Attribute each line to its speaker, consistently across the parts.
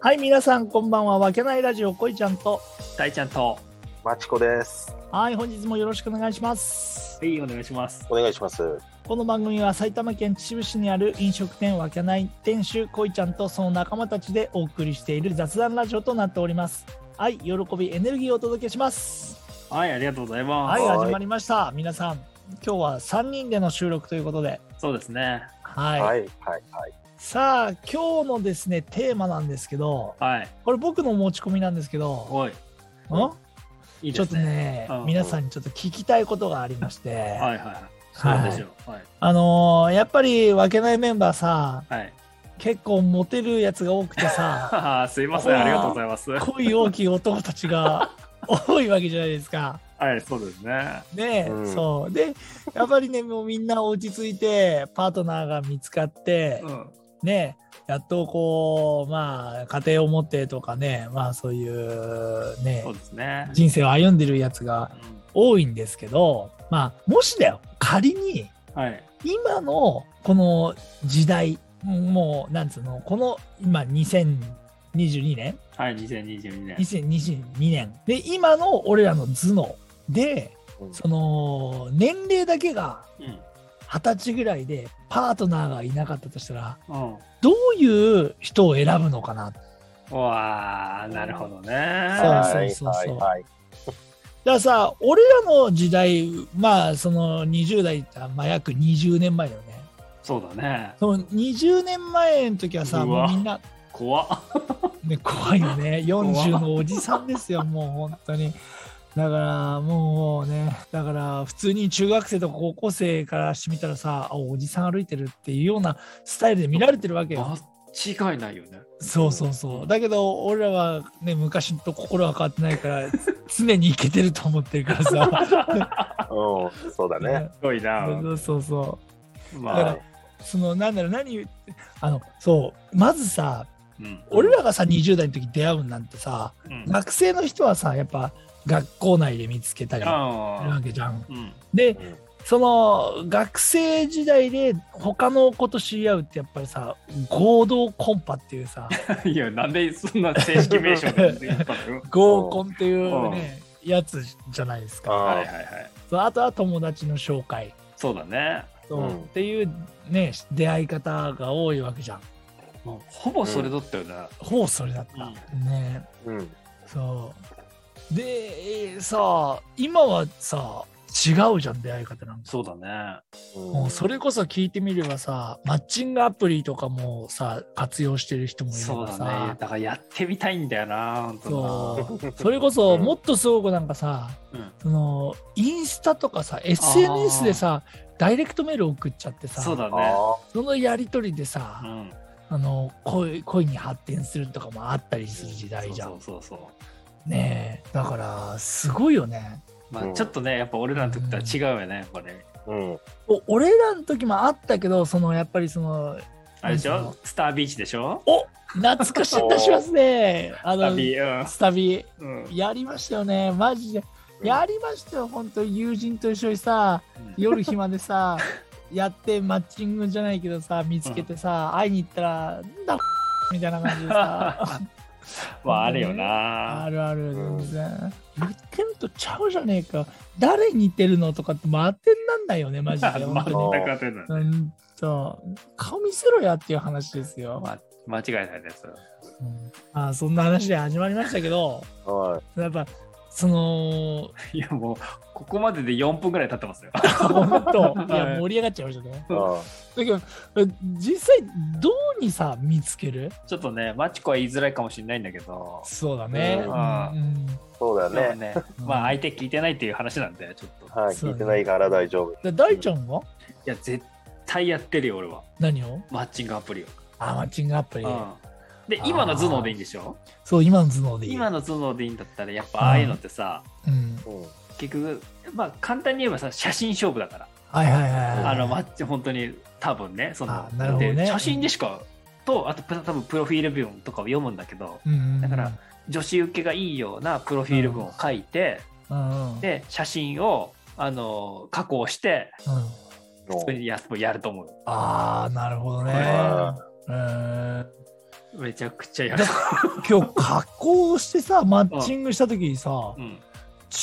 Speaker 1: はい、皆さん、こんばんは。わけないラジオ、こいちゃんと。
Speaker 2: 大ちゃんと、
Speaker 3: マチコです。
Speaker 1: はい、本日もよろしくお願いします。
Speaker 2: はい、お願いします。
Speaker 3: お願いします。
Speaker 1: この番組は埼玉県秩父市にある飲食店わけない店主こいちゃんとその仲間たちでお送りしている雑談ラジオとなっております。愛、喜び、エネルギーをお届けします。
Speaker 2: はい、ありがとうございま
Speaker 1: は
Speaker 2: す。
Speaker 1: い、
Speaker 3: はい
Speaker 1: 始まりました。皆さん、今日は3人での収録ということで、
Speaker 2: そうですね。
Speaker 1: は。
Speaker 3: はいい、はい、はい。
Speaker 1: さあ、今日のですね、テーマなんですけど、
Speaker 2: はい、
Speaker 1: これ僕の持ち込みなんですけど、
Speaker 2: おい、
Speaker 1: ん
Speaker 2: いい
Speaker 1: ちょっ
Speaker 2: です
Speaker 1: と
Speaker 2: ね。
Speaker 1: ね
Speaker 2: う、ん
Speaker 1: 皆さんにちょっと聞きたいことがありまして、
Speaker 2: はい、はい、はい。そうですよ。はい、
Speaker 1: あのーやっぱり分けないメンバーさ、
Speaker 2: はい。
Speaker 1: 結構モテるやつが多くて さ、
Speaker 2: ははすいません、ありがとうございます。は
Speaker 1: 恋多き男たちが多いわけじゃないですか。
Speaker 2: い、そうですね。
Speaker 1: ねえ、
Speaker 3: うん
Speaker 1: そう。で、やっぱりね、もうみんな落ち着いて、パートナーが見つかって
Speaker 2: う、ん、
Speaker 1: ねえ、やっとこう、まあ、家庭を持ってとかね、まあそういうね
Speaker 2: そう、ですね。
Speaker 1: 人生を歩んでるやつが
Speaker 2: うん
Speaker 1: 多いんですけど、まあ、もしだよ、仮に、
Speaker 2: はい、
Speaker 1: 今のこの時代もうなんつうのこの今2022年
Speaker 2: はい、2022年。
Speaker 1: 2022年で今の俺らの頭脳で
Speaker 3: うん
Speaker 1: その年齢だけが
Speaker 2: うん、
Speaker 1: 二十歳ぐらいでパートナーがいなかったとしたら
Speaker 2: うん。
Speaker 1: どういう人を選ぶのかなだか
Speaker 2: うわー、なるほどね。
Speaker 1: そう
Speaker 3: はい
Speaker 1: そうそうそう
Speaker 3: はい、
Speaker 1: らさ俺らの時代まあその20代ってまあ約20年前だよね
Speaker 2: そうだね。
Speaker 1: その20年前の時はさ
Speaker 2: う
Speaker 1: も
Speaker 2: わ
Speaker 1: うみんな
Speaker 2: 怖っ。
Speaker 1: ね、怖いよ ね40のおじさんですよもう本当にだからもうねだから普通に中学生とか高校生からしてみたらさあおじさん歩いてるっていうようなスタイルで見られてるわけよ
Speaker 2: 間違いないよね。
Speaker 1: そうそうそうだけど俺らはね昔と心は変わってないから常にイケてると思ってるからさ、
Speaker 3: うん、そうだね。
Speaker 2: すごいな。
Speaker 1: そうそうそう
Speaker 2: ま
Speaker 1: だか
Speaker 2: あ
Speaker 1: ら、そのなんだろう何言ってあのそうまずさ
Speaker 2: うん、
Speaker 1: 俺らがさ20代の時出会うなんてさ
Speaker 2: うん、
Speaker 1: 学生の人はさやっぱ学校内で見つけたりするわ
Speaker 2: あ
Speaker 1: けじゃん。
Speaker 2: ーうん、
Speaker 1: で
Speaker 3: うん
Speaker 1: その学生時代で他の子と知り合うってやっぱりさ合同コンパっていうさ
Speaker 2: いや、なんでそんな正式名称で言ったの
Speaker 1: 合コンっていうねやつじゃないですか。
Speaker 2: はいは
Speaker 3: あ
Speaker 2: いはい。
Speaker 1: そうあとは友達の紹介
Speaker 2: そうだね。
Speaker 1: そう、
Speaker 3: うん
Speaker 1: っていうね出会い方が多いわけじゃん。
Speaker 2: もうほぼそれだったよね。
Speaker 1: ほうそれだった。ね
Speaker 3: ーうん、
Speaker 1: そう。でさ今はさ違うじゃん出会い方なんか。
Speaker 2: そうだね。
Speaker 3: う
Speaker 1: も
Speaker 3: ん
Speaker 1: うそれこそ聞いてみればさマッチングアプリとかもさ活用してる人もいれ
Speaker 2: そう
Speaker 1: ば
Speaker 2: だね。
Speaker 1: さ
Speaker 2: だからやってみたいんだよな、本当
Speaker 1: そうそれこそ
Speaker 3: うん
Speaker 1: もっとすごくなんかさ
Speaker 2: な。うん
Speaker 1: そのインスタとかさ SNS でさダイレクトメール送っちゃってさ
Speaker 2: そうだね。
Speaker 3: あ
Speaker 1: そのやり取りで
Speaker 2: う
Speaker 1: さ、
Speaker 2: ん。
Speaker 1: あの恋恋に発展するとかもあったりする時代じゃん
Speaker 2: そうそうそうそ
Speaker 1: ねえだからすごいよね
Speaker 2: う。ま
Speaker 3: う
Speaker 2: あ
Speaker 3: ん
Speaker 2: ちょっとね、やっぱ俺らの時とは違うよね、これ。
Speaker 3: ーうん、
Speaker 1: お俺らの時もあったけどそのやっぱりその
Speaker 2: あれでし
Speaker 1: う
Speaker 2: ょ
Speaker 1: ん
Speaker 2: スタービーチでしょ
Speaker 1: お懐かしい出しますねあ
Speaker 2: スタ
Speaker 1: の
Speaker 2: ビー、
Speaker 1: スタビ
Speaker 2: うん。うん。
Speaker 1: やりましたよね、マジで。やりましたよ、本当に友人と一緒にさ、夜暇で さ、やってマッチングじゃないけどさ、見つけてさ、会いに行ったら、なんだ、みたいな感じで さ、
Speaker 2: まああるよ
Speaker 1: あ
Speaker 2: な。
Speaker 1: るある、
Speaker 3: うん
Speaker 1: 全然。言ってるとちゃうじゃねえか、誰似てるのとかって、もう当てになんないよね、マジで。
Speaker 2: 全く
Speaker 1: 本
Speaker 3: ま
Speaker 1: 当
Speaker 3: あ
Speaker 1: に
Speaker 2: 当てない
Speaker 1: うんと顔見せろやっていう話ですよ。
Speaker 2: ま間違いないです。
Speaker 1: うんまあ、そんな話で始まりましたけど、
Speaker 3: はい、
Speaker 1: やっぱ、その、
Speaker 2: いやもう、ここまでで4分ぐらい経ってますよ。
Speaker 1: 本当い
Speaker 2: は
Speaker 1: や
Speaker 2: い
Speaker 1: 盛り上がっちゃいましたね。
Speaker 3: あ
Speaker 1: だけどえ実際どうにさ見つける
Speaker 2: ちょっとね、マチコは言いづらいかもしれないんだけど、
Speaker 1: そうだね。
Speaker 3: うん
Speaker 1: うん
Speaker 3: ーそうだ
Speaker 2: でもね、
Speaker 3: ね。
Speaker 1: うん
Speaker 2: まあ相手聞いてないっていう話なんで、ちょっと。い
Speaker 3: はい、聞いてないから大丈夫。
Speaker 1: で大ちゃんは
Speaker 2: や、絶対やってるよ、俺は。
Speaker 1: 何を
Speaker 2: マッチングアプリを。
Speaker 1: あマッチングアプリ。
Speaker 2: うん、で
Speaker 1: あー、
Speaker 2: 今の頭脳でいいんでしょ
Speaker 1: そう今の頭脳でいい。
Speaker 2: 今の頭脳でいいんだったら、やっぱああいうのってさ、
Speaker 1: うん、
Speaker 3: うん、
Speaker 2: 結局、まあ簡単に言えばさ、写真勝負だから。
Speaker 1: はいはいはいはい。
Speaker 2: あのマッチ、本当に多分ね、そ
Speaker 1: あ
Speaker 2: の、
Speaker 1: ーなるほどね
Speaker 2: だって写真でしか、と、あとプ多分プロフィール文とかを読むんだけど、
Speaker 1: うんうんうん
Speaker 2: だから、女子受けがいいようなプロフィール文を書いて、
Speaker 1: うんうん、
Speaker 2: で、写真を、あの加工して
Speaker 1: うん
Speaker 2: 普通にややると思うよ
Speaker 1: ああなるほどね。
Speaker 3: は
Speaker 1: うん
Speaker 2: めちゃくちゃ や
Speaker 1: だ
Speaker 2: る。
Speaker 1: 今日加工してさマッチングした時にさ
Speaker 2: うん、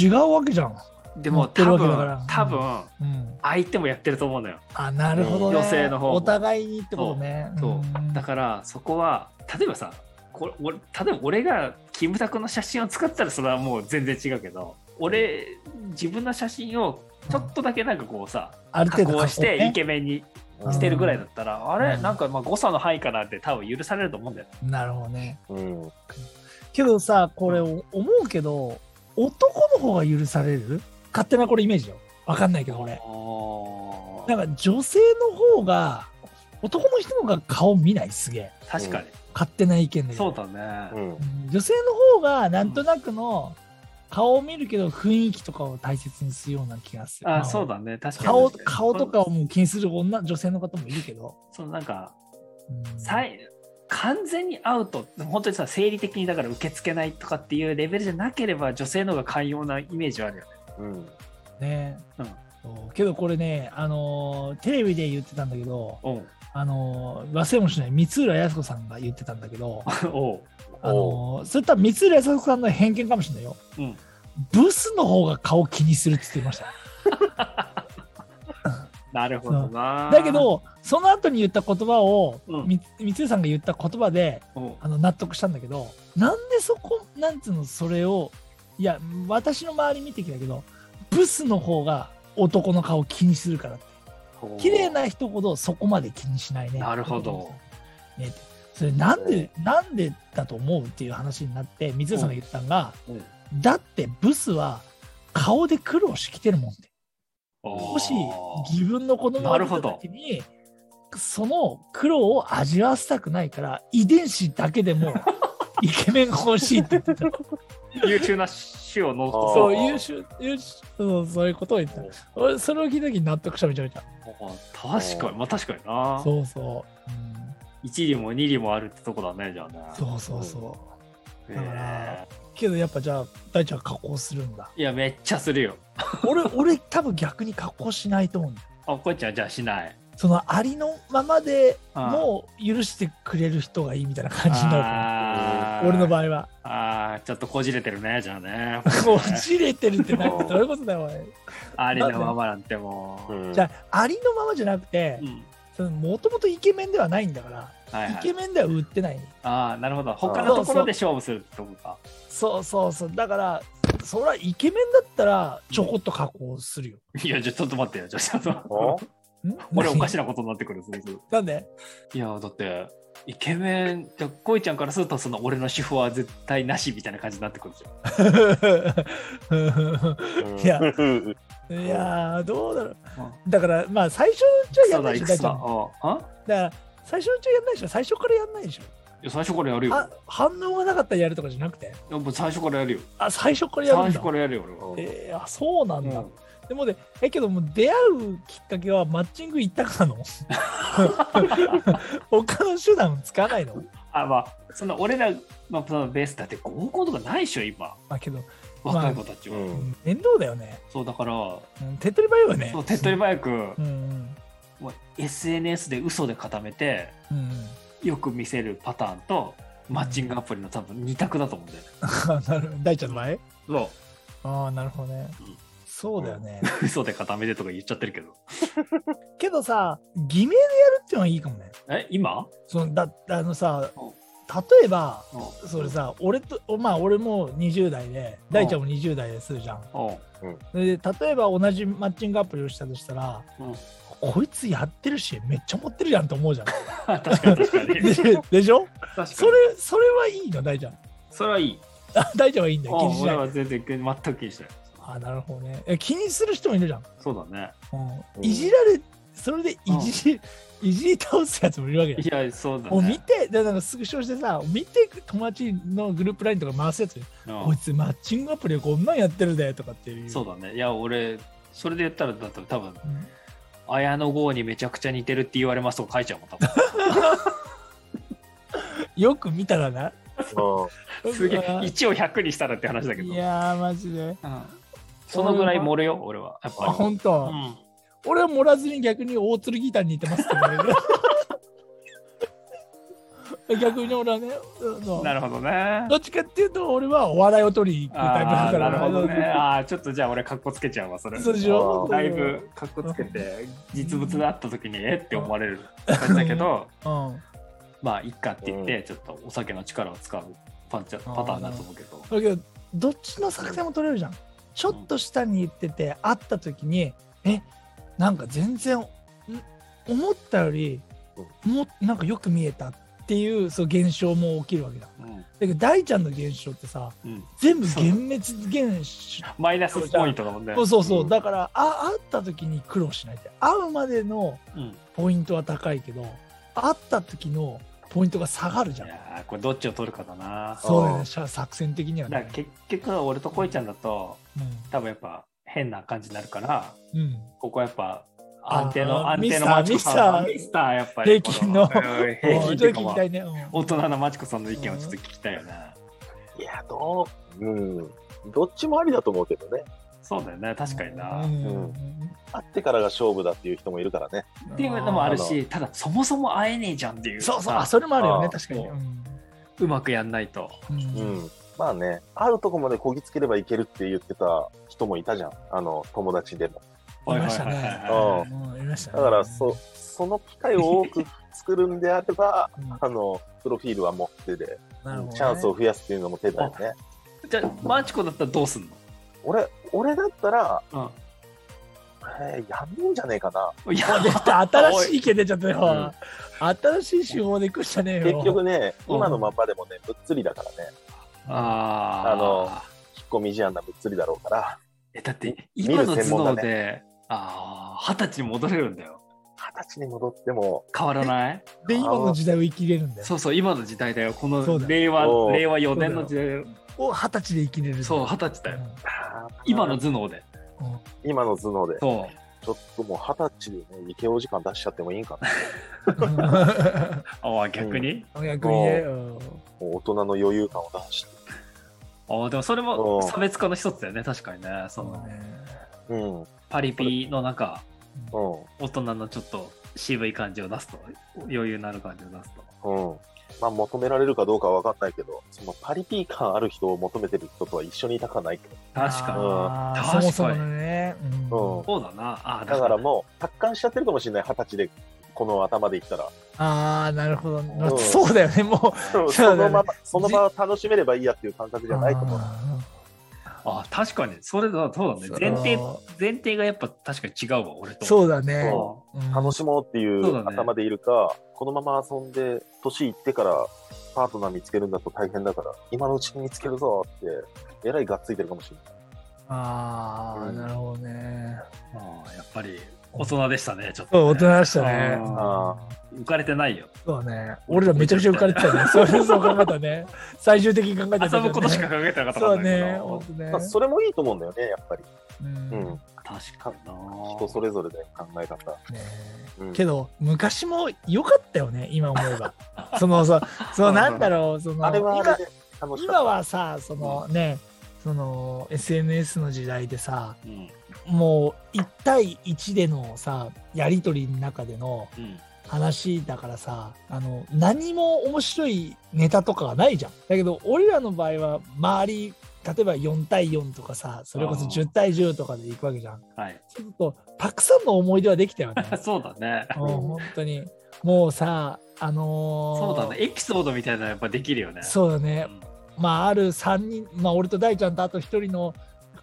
Speaker 1: 違うわけじゃん、
Speaker 2: で
Speaker 1: 持
Speaker 2: も
Speaker 1: ってる
Speaker 2: 多
Speaker 1: わけだから
Speaker 2: 分、多分、
Speaker 1: うん、
Speaker 2: 相手もやってると思うのよ。
Speaker 1: あなるほど、ね、
Speaker 2: 女性の方も
Speaker 1: お互いにってことね
Speaker 2: そ
Speaker 1: ん
Speaker 2: うだからそこは例えばさこれ俺例えば俺がキムタクの写真を使ったらそれはもう全然違うけど俺自分の写真をちょっとだけなんかこうさ、
Speaker 1: ある
Speaker 2: 加
Speaker 1: 程度
Speaker 2: 工してイ
Speaker 1: ね
Speaker 2: ケメンに
Speaker 1: うん
Speaker 2: してるぐらいだったら、あれ
Speaker 1: うん
Speaker 2: なんかまあ誤差の範囲かなって多分許されると思うんだよね。
Speaker 1: なるほどね
Speaker 3: うん。
Speaker 1: けどさこれ思うけど男の方が許される勝手なこれイメージよわかんないけど俺
Speaker 2: あ
Speaker 1: なんか
Speaker 2: ー
Speaker 1: 女性の方が男の人の方が顔見ないすげえ
Speaker 2: 確かに、
Speaker 1: 勝手な意見で
Speaker 2: そうだね、
Speaker 3: うん。
Speaker 1: 女性の方がなんとなくの顔を見るけど雰囲気とかを大切にするような気がする
Speaker 2: あ
Speaker 1: ま
Speaker 2: そうだね確かに
Speaker 1: 顔顔とかをもう気にする女女性の方もいるけど、
Speaker 2: そのなんか
Speaker 1: うん
Speaker 2: さい完全にアウト本当にさ生理的にだから受け付けないとかっていうレベルじゃなければ女性の方が寛容なイメージはあるよね。
Speaker 3: うん。
Speaker 1: ね、
Speaker 2: うん
Speaker 1: そうけどこれね、あのーテレビで言ってたんだけど、
Speaker 2: おう
Speaker 1: あのー忘れもしない三浦靖子さんが言ってたんだけ ど、
Speaker 2: おう
Speaker 1: あのーそういった三浦靖子さんの偏見かもしれないよ、
Speaker 2: うん
Speaker 1: ブスの方が顔気にするって言ってました
Speaker 2: なるほどな。
Speaker 1: だけ、どその後に言った言葉を、
Speaker 2: うん
Speaker 1: み三浦さんが言った言葉で
Speaker 2: おう
Speaker 1: あの納得したんだけどなんでそこなんつうのそれをいや私の周り見てきたけどブスの方が男の顔気にするからって綺麗。な人ほどそこまで気にしないね
Speaker 2: なるほど。
Speaker 1: ねそれなんでなんでだと思うっていう話になって水谷さんが言ったのが、
Speaker 2: うん
Speaker 1: だってブスは顔で苦労してきてるもんっても
Speaker 2: も
Speaker 1: し自分の子供が出た時にその苦労を味わわせたくないから遺伝子だけでも イケメンが欲しいって言ってた
Speaker 2: 優秀な種をノー
Speaker 3: あー
Speaker 1: そう優秀優秀そうそういうことを言ってた俺それを聞いた時に納得しためちゃめちゃ
Speaker 2: 確かに、まあ確かにな。
Speaker 1: そうそう、うん
Speaker 2: 一理も二理もあるってとこだね、じゃあね。
Speaker 1: そうそうそう
Speaker 2: へ
Speaker 1: だから
Speaker 2: え
Speaker 1: けどやっぱじゃあ大ちゃんは加工するんだ
Speaker 2: いや、めっちゃするよ。
Speaker 1: 俺俺多分逆に加工しないと思うんだよ
Speaker 2: あ、こいちゃんじゃあしない。
Speaker 1: そのありのままで
Speaker 2: うん
Speaker 1: もう許してくれる人がいいみたいな感じになる
Speaker 2: あー
Speaker 1: 俺の場合 は
Speaker 2: ああ、ちょっとこじれてるね、じゃあね。
Speaker 1: こじれてるって なんかどういうことだよおい
Speaker 2: ありのままなんてもう。
Speaker 3: うん
Speaker 1: じゃあありのままじゃなくて
Speaker 2: うん
Speaker 1: もともとイケメンではないんだから、
Speaker 2: はいは
Speaker 1: イケ
Speaker 2: い、
Speaker 1: メンでは売ってない
Speaker 2: ああ、なるほど。他のところで勝負するってことか。
Speaker 1: そうそうそうだからそりゃイケメンだったらちょこっと加工するよ、
Speaker 2: いや、じゃちょっと待ってよ。じゃちょっと待って
Speaker 3: お
Speaker 1: ん、
Speaker 2: 俺おかし
Speaker 1: い
Speaker 2: なことになってくる。そうそう
Speaker 1: なんで
Speaker 2: いや、だって、イケメン、じゃこいちゃんからすると、その俺の主婦は絶対なしみたいな感じになってくるじゃん。
Speaker 3: うん
Speaker 1: いや
Speaker 3: うん
Speaker 1: いやーどうだろう
Speaker 2: うん
Speaker 1: だからまあ最初のうちはやんないでしょ
Speaker 2: 戦
Speaker 1: 大ちゃ
Speaker 2: だ、
Speaker 1: んだか
Speaker 2: ああ
Speaker 1: ら最初のうちはやんないでしょ最初からやんないでしょ
Speaker 2: いや最初からやるよ。
Speaker 1: あ反応がなかったらやるとかじゃなくて
Speaker 2: やっぱ最初からやるよ。
Speaker 1: あ最初からや
Speaker 2: 最
Speaker 1: るんだ
Speaker 2: 初からやるよ、俺は。
Speaker 1: えー、あそうなんだ、
Speaker 2: うん
Speaker 1: でもねえけどもう出会うきっかけはマッチング一択 なの他の手段使わないの
Speaker 2: あ、まあ、その俺ら、まあ、そのベースだって合コンとかないでしょ、今。
Speaker 1: まあけど
Speaker 2: 若い子たちは。
Speaker 3: うん
Speaker 1: 面倒だよね、
Speaker 2: そう、だから、
Speaker 1: うん、手っ取り早いよね
Speaker 2: そう手っ取り早く、
Speaker 1: うんうん
Speaker 2: もう SNS で嘘で固めて、
Speaker 1: うんうん、
Speaker 2: よく見せるパターンと、マッチングアプリの多分二択だと思うんだよね。
Speaker 1: あなる大ちゃんの前
Speaker 2: そう。
Speaker 1: ああなるほどね、
Speaker 2: うん
Speaker 1: そうだよね、
Speaker 2: 嘘で固めてとか言っちゃってるけど。
Speaker 1: けどさ偽名でやるっていうのはいいかもね
Speaker 2: え、今
Speaker 1: そのだあのさ
Speaker 2: うん
Speaker 1: 例えば
Speaker 2: う
Speaker 1: それさ俺とまあ俺も20代で
Speaker 2: ん
Speaker 1: 大ちゃんも20代でするじゃん
Speaker 2: ん。うん
Speaker 1: で例えば同じマッチングアプリをしたとしたら、
Speaker 2: うん
Speaker 1: こいつやってるしめっちゃ持ってるじゃんと思うじゃん
Speaker 2: 確か に確かに。
Speaker 1: ででしょ
Speaker 2: 確かに
Speaker 1: それそれはいいの大ちゃん
Speaker 2: それはいい。
Speaker 1: あ大ちゃんはいいんだよ気に
Speaker 2: あ
Speaker 1: しな
Speaker 2: 俺
Speaker 1: い
Speaker 2: は全然全く気にしない。
Speaker 1: あなるほどねえ気にする人もいるじゃん、
Speaker 2: そうだね。
Speaker 1: う、
Speaker 3: うんん
Speaker 1: いじられそれでいじ,、いじり倒すやつもいるわけよ
Speaker 2: いや、そうだ
Speaker 1: もう見
Speaker 2: ね。
Speaker 1: てでなんかスクショしてさ見て友達のグループラインとか回すやつ
Speaker 2: うん
Speaker 1: こいつマッチングアプリこんなんやってるでとかっていう
Speaker 2: そうだね。いや、俺、それで言ったら、だって多分、
Speaker 1: うん
Speaker 2: 綾野剛にめちゃくちゃ似てるって言われますとか書いちゃうもん、多 分。
Speaker 1: よく見たらな
Speaker 2: すげえ、
Speaker 1: うわ
Speaker 2: 1を100にしたらって話だけど
Speaker 1: い。やーマジで
Speaker 2: うんそのぐらい盛るよ、俺は。やっ
Speaker 1: あ
Speaker 2: ぱり。
Speaker 1: 本当、
Speaker 2: うん
Speaker 1: 俺は盛らずに逆に大鶴ギターに似てますって言われる 逆に俺はね、あの
Speaker 2: なるほどね
Speaker 1: ど。っちかっていうと俺はお笑いを取りに行くタイプだ
Speaker 2: あ
Speaker 1: か
Speaker 2: ー
Speaker 1: ら
Speaker 2: なるほどね。あーちょっとじゃあ俺、かっこつけちゃうわ、それ。
Speaker 1: そうでしょ
Speaker 2: だいぶかっこつけて、実物があった時に、えって思われる感じだけど、
Speaker 1: うん
Speaker 2: まあ、いっかって言って、ちょっとお酒の力を使うパンチャパターンだと思うけど。
Speaker 1: だけどどっちの作戦も取れるじゃんちょっと下に行ってて会った時にえなんか全然ん思ったよりもなんかよく見えたっていうそう現象も起きるわけだ
Speaker 2: うん
Speaker 1: だけど大ちゃんの現象ってさ
Speaker 2: うん
Speaker 1: 全部幻滅現象
Speaker 2: マイナスポイントだもんね。
Speaker 1: そうそうそううんだからあ会った時に苦労しないって会うまでの
Speaker 2: うん
Speaker 1: ポイントは高いけど会った時のポイントが下がるじゃ
Speaker 2: い
Speaker 1: ん
Speaker 2: やーこれどっちを取るかだな。
Speaker 1: そうだよねしゃ作戦的には
Speaker 2: だから
Speaker 1: ね
Speaker 2: 結局、俺とこいちゃんだと、多分やっぱ変な感じになるから、
Speaker 1: うん、うん
Speaker 2: ここやっぱ安定の、
Speaker 1: あー
Speaker 2: 安定のマチコ
Speaker 1: ミスタ
Speaker 2: さ
Speaker 1: ー
Speaker 2: ん。ミスター、やっぱ
Speaker 1: 平
Speaker 2: り。
Speaker 1: 均の
Speaker 2: こうん平均っていうかま
Speaker 1: 聞
Speaker 2: あ
Speaker 1: きたいね。うん
Speaker 2: 大人のマチコさんの意見をちょっと聞きたいよね。
Speaker 3: いや、どう、うん、どっちもありだと思うけどね。
Speaker 2: そうだよね、確かにな。
Speaker 1: う
Speaker 2: っ
Speaker 1: ん
Speaker 3: うん会ってからが勝負だっていう人もいるからね。
Speaker 2: ていうのもある
Speaker 3: なる
Speaker 2: し、ただそもそも会えねえじゃんっていう。
Speaker 1: そうそう、
Speaker 2: さ
Speaker 1: あそれもあるよね、
Speaker 3: あ
Speaker 1: 確かに。
Speaker 2: そう
Speaker 1: うん
Speaker 2: うまくやんないと。
Speaker 1: うん
Speaker 3: うん。まあね、あるとこまでこぎつければいけるって言ってた人もいたじゃん。あの、友達でも。
Speaker 1: いましたね
Speaker 2: はいはいはいはい
Speaker 3: あ
Speaker 1: うんいましたね
Speaker 3: だから、そ、その機会を多く作るんであれば、
Speaker 1: うんな
Speaker 3: あの、プロフィールは持ってで、
Speaker 1: るほどね
Speaker 3: チャンスを増やすっていうのも手だよね。
Speaker 2: じゃあ、マチコだったらどうすん
Speaker 3: 俺、俺だったら、
Speaker 2: の
Speaker 3: えーやめんじゃねえかな。
Speaker 2: うん。いや、
Speaker 1: あ出た新しい意見出ちゃった
Speaker 2: う
Speaker 1: よ
Speaker 2: ん。
Speaker 1: 新しい手法でいくしゃねえよ。
Speaker 3: 結局ね、
Speaker 2: うん
Speaker 3: 今のまんまでもね、ぶっつりだからね、
Speaker 2: あー
Speaker 3: あの引っ込み思案なぶっつりだろうから、
Speaker 2: えだって
Speaker 3: 見
Speaker 2: 今の
Speaker 3: 見る専
Speaker 2: 頭脳
Speaker 3: 門だ
Speaker 2: で、ああ二十歳に戻れるんだよ
Speaker 3: 二十歳に戻っても、
Speaker 2: 変わらない
Speaker 1: で、今の時代を生きれるんだよ。
Speaker 2: そうそう今の時代だよこの
Speaker 1: そうだよ
Speaker 2: 令和
Speaker 3: おう
Speaker 2: 令和4年の時代だよ
Speaker 1: を二十歳で生きれる。
Speaker 2: そう二十歳だよ
Speaker 3: あー
Speaker 2: 今の頭脳で
Speaker 1: うん。うん
Speaker 3: 今の頭脳で、
Speaker 2: そう
Speaker 3: ちょっともう二十歳でね、イケお時間出しちゃってもいいんかな。
Speaker 2: ああ逆に、
Speaker 1: 逆にね。うん
Speaker 3: もう大人の余裕感を出して。
Speaker 2: ああでもそれ
Speaker 3: お
Speaker 2: も
Speaker 3: う
Speaker 2: 差別化の一つだよね確かにねその
Speaker 3: うん、うん。
Speaker 2: パリピの中大人のちょっと渋い感じを出すと余裕のある感じを出すと
Speaker 3: うん。まあ、求められるかどうかは分かんないけど、そのパリピ感ある人を求めてる人とは一緒にいたかないけ
Speaker 2: 確かに
Speaker 1: あー
Speaker 2: 確
Speaker 1: そ
Speaker 2: か
Speaker 1: も
Speaker 2: に
Speaker 1: そものね。うん
Speaker 3: ど。うん。
Speaker 2: そうだなああ
Speaker 3: だからもう、達観しちゃってるかもしれない、二十歳で、この頭でいったら。
Speaker 1: ああ、なるほど。まあ
Speaker 3: うん
Speaker 1: そうだよね、もう。
Speaker 3: そう
Speaker 1: そうだ
Speaker 3: そ
Speaker 1: ね
Speaker 3: のまま、その場を楽しめればいいやっていう感覚じゃないと思う。
Speaker 1: あ
Speaker 2: ああ確かにそれだそうだ
Speaker 1: ー
Speaker 2: ね前提前提がやっぱ確かに違うわ俺と
Speaker 1: そうだね。
Speaker 2: そ
Speaker 1: うん
Speaker 3: 楽しもうってい
Speaker 2: そうだ
Speaker 3: う
Speaker 2: ね
Speaker 3: 頭でいるか、このまま遊んで、年いってからパートナー見つけるんだと大変だから、今のうちに見つけるぞって、えらいがっついてるかもしれない。
Speaker 1: ああ、
Speaker 3: うん
Speaker 1: なるほどね。
Speaker 2: うああやっぱり大人でしたねちょっ
Speaker 1: そう、
Speaker 2: と、
Speaker 1: 大
Speaker 2: ね、
Speaker 1: 人でしたね。
Speaker 3: あ
Speaker 2: 浮かれてないよ
Speaker 1: そうね。俺らめちゃくちゃ浮かれてたね。そうそう考えたね。最終的に考えてた
Speaker 2: 遊
Speaker 1: ね。
Speaker 2: ぶことしか考えてなかった
Speaker 1: そう
Speaker 2: か
Speaker 1: ね。
Speaker 2: ら
Speaker 1: 本当ね
Speaker 3: まあ、。それもいいと思うんだよね、やっぱり。
Speaker 1: う
Speaker 3: うん
Speaker 1: ん。
Speaker 2: 確かにな
Speaker 3: 人それぞれで考え方。
Speaker 1: ね
Speaker 3: うん
Speaker 1: けど昔も良かったよね今思えばそのさそのなんだろうその
Speaker 3: あれはあ
Speaker 1: 今
Speaker 3: れで楽しか
Speaker 1: 今
Speaker 3: っ
Speaker 1: はさそのねその SNS の時代でさ
Speaker 2: うん
Speaker 1: もう1対1でのさやり取りの中での
Speaker 2: うん
Speaker 1: 話だからさあの何も面白いネタとかはないじゃんだけど俺らの場合は周り例えば4対4とかさそれこそ
Speaker 2: あー
Speaker 1: 10対10とかでいくわけじゃん
Speaker 2: はい
Speaker 1: そうするとたくさんの思い出はできたよね
Speaker 2: そうだね
Speaker 1: うん本当にもうさあのー
Speaker 2: そうだねエピソードみたいなのやっぱできるよね
Speaker 1: そうだね
Speaker 2: ん
Speaker 1: まあある3人まあ俺と大ちゃんとあと1人の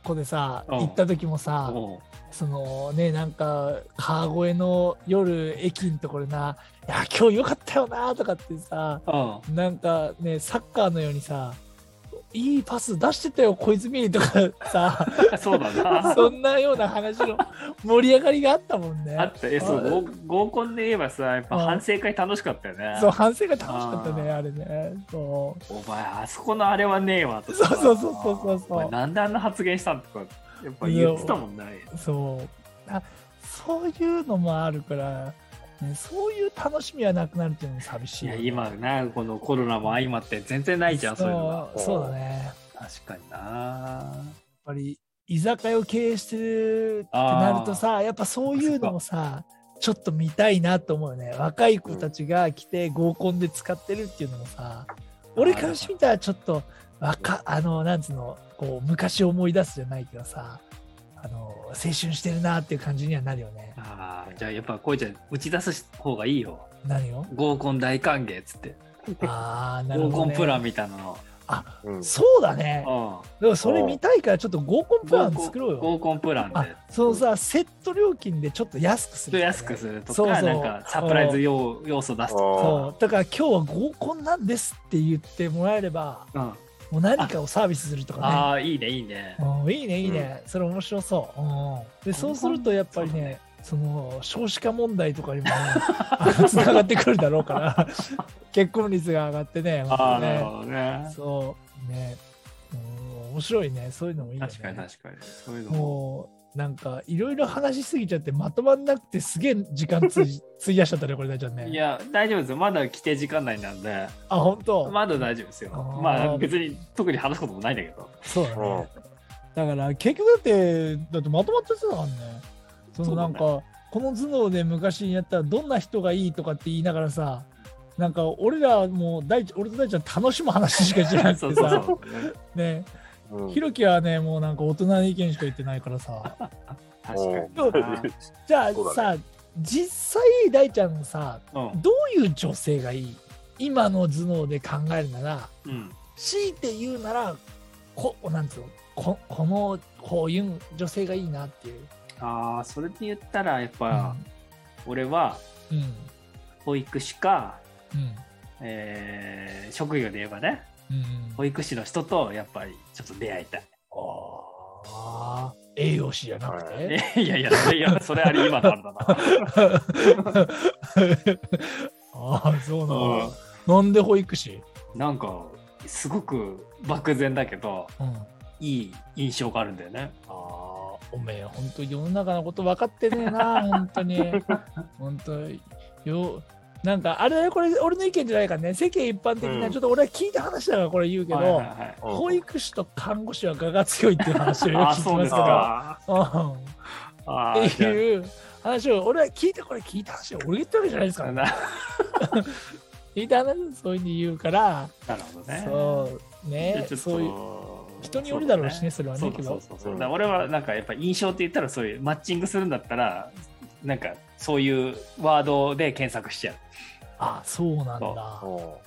Speaker 1: 子でさ
Speaker 2: うん
Speaker 1: 行った時もさ、
Speaker 2: うん
Speaker 1: そのねなんか川越の夜駅のところな「いや今日よかったよな」とかってさ
Speaker 2: うん
Speaker 1: なんかねサッカーのようにさ「いいパス出してたよ小泉」とかさ
Speaker 2: そうだな
Speaker 1: そんなような話の盛り上がりがあったもん
Speaker 2: あ
Speaker 1: ね
Speaker 2: っ。たえそう合合コンで言えばさやっぱ反省会楽しかったよね
Speaker 1: そう反省が楽しかったね
Speaker 2: あ
Speaker 1: あれねそう
Speaker 2: お前あそこのあれはねえわとか
Speaker 1: そうそうそうそうそうそう
Speaker 2: お前なんであんな発言したんとかやっぱ言ってたもんね
Speaker 1: そうあそういうのもあるから、ね、そういう楽しみはなくなるっていうのも寂しい
Speaker 2: い
Speaker 1: よ
Speaker 2: や
Speaker 1: ね、
Speaker 2: 今なこのコロナも相まって全然ないじゃんそういうのは
Speaker 1: そうそうだねやっ
Speaker 2: 確かにな
Speaker 1: ぱり居酒屋を経営してるってなるとさやっぱそういうのもさちょっと見たいなと思うよね若い子たちが来て合コンで使ってるっていうのもさ俺からしてみたらちょっと若あのなんつうのこう昔を思い出すじゃないけどさあの青春してるなっていう感じにはなるよね
Speaker 2: ああ、じゃあやっぱこいちゃん打ち出す方がいいよ。
Speaker 1: 何を
Speaker 2: 合コン大歓迎っつって。
Speaker 1: ああなる
Speaker 2: 合
Speaker 1: ほど、
Speaker 2: コン
Speaker 1: ね、
Speaker 2: プランみたいなの。
Speaker 3: うん
Speaker 1: そうだね
Speaker 2: う
Speaker 1: でもそれ見たいからちょっと合コン
Speaker 2: ん。
Speaker 1: プラン作ろうよ
Speaker 2: 合コンプラン
Speaker 1: あ
Speaker 2: で。
Speaker 1: そのさセット料金でちょっと安くするとかね、
Speaker 2: 安くすると
Speaker 1: そうそ
Speaker 2: か、
Speaker 1: う
Speaker 2: なんかサプライズ要要素出すと
Speaker 1: そうだから今日は合コンなんですって言ってもらえれば
Speaker 2: か。うん。
Speaker 1: もう何かをサービスするとか
Speaker 2: ああ、いいね、いいね。
Speaker 1: ね、うん、いいねいいね、それ面白そう、うん、でそうするとやっぱりねその少子化問題とかにもね あのつながってくるだろうから 結婚率が上がってね,、
Speaker 2: ああ、なる
Speaker 1: ね
Speaker 2: ほどね。
Speaker 1: そうね、うん、面白いねそういうのもいいよね
Speaker 2: 確かに確かに。そういうのも。
Speaker 1: もうなんかいろいろ話しすぎちゃってまとまんなくてすげえ時間つい 費やしちゃったねこれ大ちゃんね
Speaker 2: いや、大丈夫ですよ。まだ規定時間内なんで、
Speaker 1: あ本当、
Speaker 2: まだ大丈夫ですよ。
Speaker 1: あー
Speaker 2: まあ、別に特に話すこともないんだ けど。
Speaker 1: そうだ
Speaker 3: うん
Speaker 1: ねだから結局だってだってまとまったやつだからねそのなんか
Speaker 2: そ
Speaker 1: この頭脳で昔やったらどんな人がいいとかって言いながらさなんか俺らもう大ち俺と大ちゃん楽しむ話しかしてなく
Speaker 2: そ
Speaker 1: て
Speaker 2: うそう
Speaker 1: さ
Speaker 2: そう。
Speaker 1: ね
Speaker 3: うん
Speaker 1: ひろきはねもうなんか大人の意見しか言ってないからさ
Speaker 2: 確
Speaker 1: そう
Speaker 2: かに
Speaker 1: じゃあ
Speaker 3: そう
Speaker 1: さ、
Speaker 3: だ
Speaker 1: 実際大ちゃんのさ
Speaker 2: な。うん。
Speaker 1: どういう女性がいい今の頭脳で考えるなら
Speaker 2: うん。
Speaker 1: 強いて言うならこなんつうのここのこういう女性がいいなっていう。
Speaker 2: ああ、それで言ったら、やっぱ、俺は、
Speaker 1: うん
Speaker 2: 保育士か、
Speaker 1: うん
Speaker 2: えー職業で言えばね、
Speaker 1: うん
Speaker 2: 保育士の人と、やっぱり、ちょっと出会いたい。
Speaker 1: ああ栄養士じゃなくて、
Speaker 2: いやいや、それ、いやそれあり、今のあれだな。
Speaker 1: ああそうなの、
Speaker 2: う
Speaker 1: なんで保育士、
Speaker 2: んなんか、すごく漠然だけど、
Speaker 1: うん、あ
Speaker 2: いい印象があるんだよね。
Speaker 1: あおめえ本当世の中のこと分かってねえな本当に本当よなんかあれだよこれ俺の意見じゃないからね世間一般的な、
Speaker 3: うん
Speaker 1: ちょっと俺は聞いた話だからこれ言うけど、
Speaker 2: はいはいはい
Speaker 3: うん
Speaker 1: 保育士と看護師は我が強いっていう話をよく
Speaker 2: あ
Speaker 1: 聞
Speaker 2: あ、
Speaker 1: き
Speaker 2: そう
Speaker 1: ま
Speaker 2: ですす
Speaker 1: けど
Speaker 2: か。
Speaker 1: うん
Speaker 2: ああ、
Speaker 1: っ
Speaker 2: じ
Speaker 1: て
Speaker 2: ゃ
Speaker 1: いう話を俺は聞いたこれ聞いた話を俺が言ったわけじゃないですか
Speaker 2: あ
Speaker 1: ら、
Speaker 2: な
Speaker 1: 聞いた話をそういうふうに言うから、
Speaker 2: なるほどね。
Speaker 1: そう
Speaker 2: じゃあ
Speaker 1: ね
Speaker 2: ちょっと
Speaker 1: そういう人によるだろうしねそれはね
Speaker 2: そうだ
Speaker 1: け
Speaker 2: そ
Speaker 1: ど
Speaker 2: うそうそうだから俺はなんかやっぱ印象って言ったらそういうマッチングするんだったらなんかそういうワードで検索しちゃう
Speaker 1: あそうなんだ
Speaker 2: そう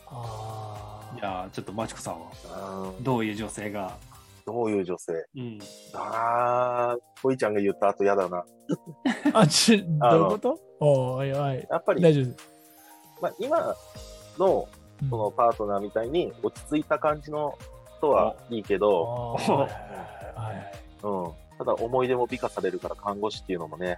Speaker 1: あ
Speaker 3: う
Speaker 1: あ
Speaker 3: ん
Speaker 2: じゃあちょっとマチコさんは
Speaker 3: あー
Speaker 2: どういう女性が
Speaker 3: どういう女性
Speaker 2: うん
Speaker 3: ああ、ほいちゃんが言った後嫌だな。
Speaker 1: あち
Speaker 3: あ
Speaker 1: どう
Speaker 3: の
Speaker 1: いうことおいおい
Speaker 3: やっぱり、
Speaker 1: 大丈夫です、
Speaker 3: まあ、今の
Speaker 1: うん
Speaker 3: そのパートナーみたいに落ち着いた感じの人はいいけ
Speaker 1: あー
Speaker 3: ど、
Speaker 1: はいはいはい
Speaker 3: うん、ただ思い出も美化されるから看護師っていうのもね、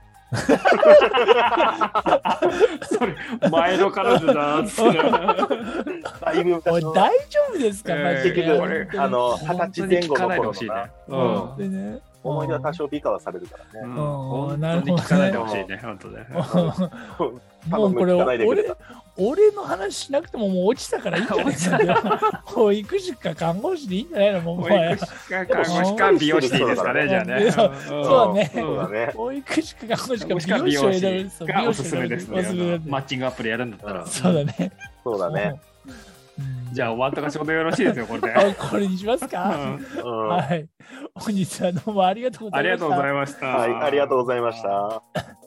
Speaker 2: それ前の彼女だっつって
Speaker 3: だい
Speaker 1: おい
Speaker 3: ぶ昔の
Speaker 1: 大丈夫ですか、
Speaker 2: えー
Speaker 1: マジ
Speaker 3: 結
Speaker 1: で
Speaker 2: いや
Speaker 3: 局
Speaker 2: 俺
Speaker 1: 本当に
Speaker 3: あの
Speaker 2: 本当
Speaker 3: 二十歳
Speaker 2: に
Speaker 3: 前
Speaker 2: 聞
Speaker 3: 後
Speaker 2: か
Speaker 3: の
Speaker 2: ないでほ
Speaker 3: 頃
Speaker 2: し
Speaker 3: の
Speaker 2: いね
Speaker 3: な
Speaker 2: うん
Speaker 1: でね
Speaker 3: 思い出は多少美化はされるから
Speaker 2: う
Speaker 3: ね。
Speaker 1: うん
Speaker 2: ん本
Speaker 1: なる
Speaker 2: 当
Speaker 1: ほどね
Speaker 2: に聞かないでほしいね本当ね
Speaker 1: もうこれ
Speaker 3: 多分聞かないでくれ
Speaker 1: 俺
Speaker 3: た
Speaker 1: 俺の話しなくてももう落ちたからいいんじゃないですか保育士か看護師でいいんじゃないのもうも
Speaker 2: 保
Speaker 1: はや
Speaker 2: 育士か看護師か美容師でいいですかねじゃあ
Speaker 1: い
Speaker 2: ね
Speaker 1: やそうね
Speaker 3: そうだね。
Speaker 1: 保育士か看護師
Speaker 2: もしく
Speaker 1: か
Speaker 2: は美
Speaker 1: 美容師を
Speaker 2: 容師
Speaker 1: 選ぶそう美
Speaker 2: がお
Speaker 1: 容師
Speaker 2: す
Speaker 1: を
Speaker 2: す
Speaker 1: 選ぶ
Speaker 2: めです
Speaker 1: おすすめだ
Speaker 2: ね
Speaker 1: っ。て
Speaker 2: マッチングアプリやるんだったら。
Speaker 1: そうだね。
Speaker 3: そうだね。
Speaker 1: うん。
Speaker 2: じゃあ終わったか仕事よろしいですよ、これで。
Speaker 1: あ、これにします
Speaker 2: う
Speaker 1: か。
Speaker 2: ん
Speaker 3: うん
Speaker 1: はい。本日はどうもありがとうござ
Speaker 2: あ
Speaker 1: い
Speaker 2: り
Speaker 1: ま
Speaker 2: が
Speaker 1: し
Speaker 2: とう
Speaker 1: た
Speaker 2: ご。ざいました。
Speaker 3: はい、ありがとうございました。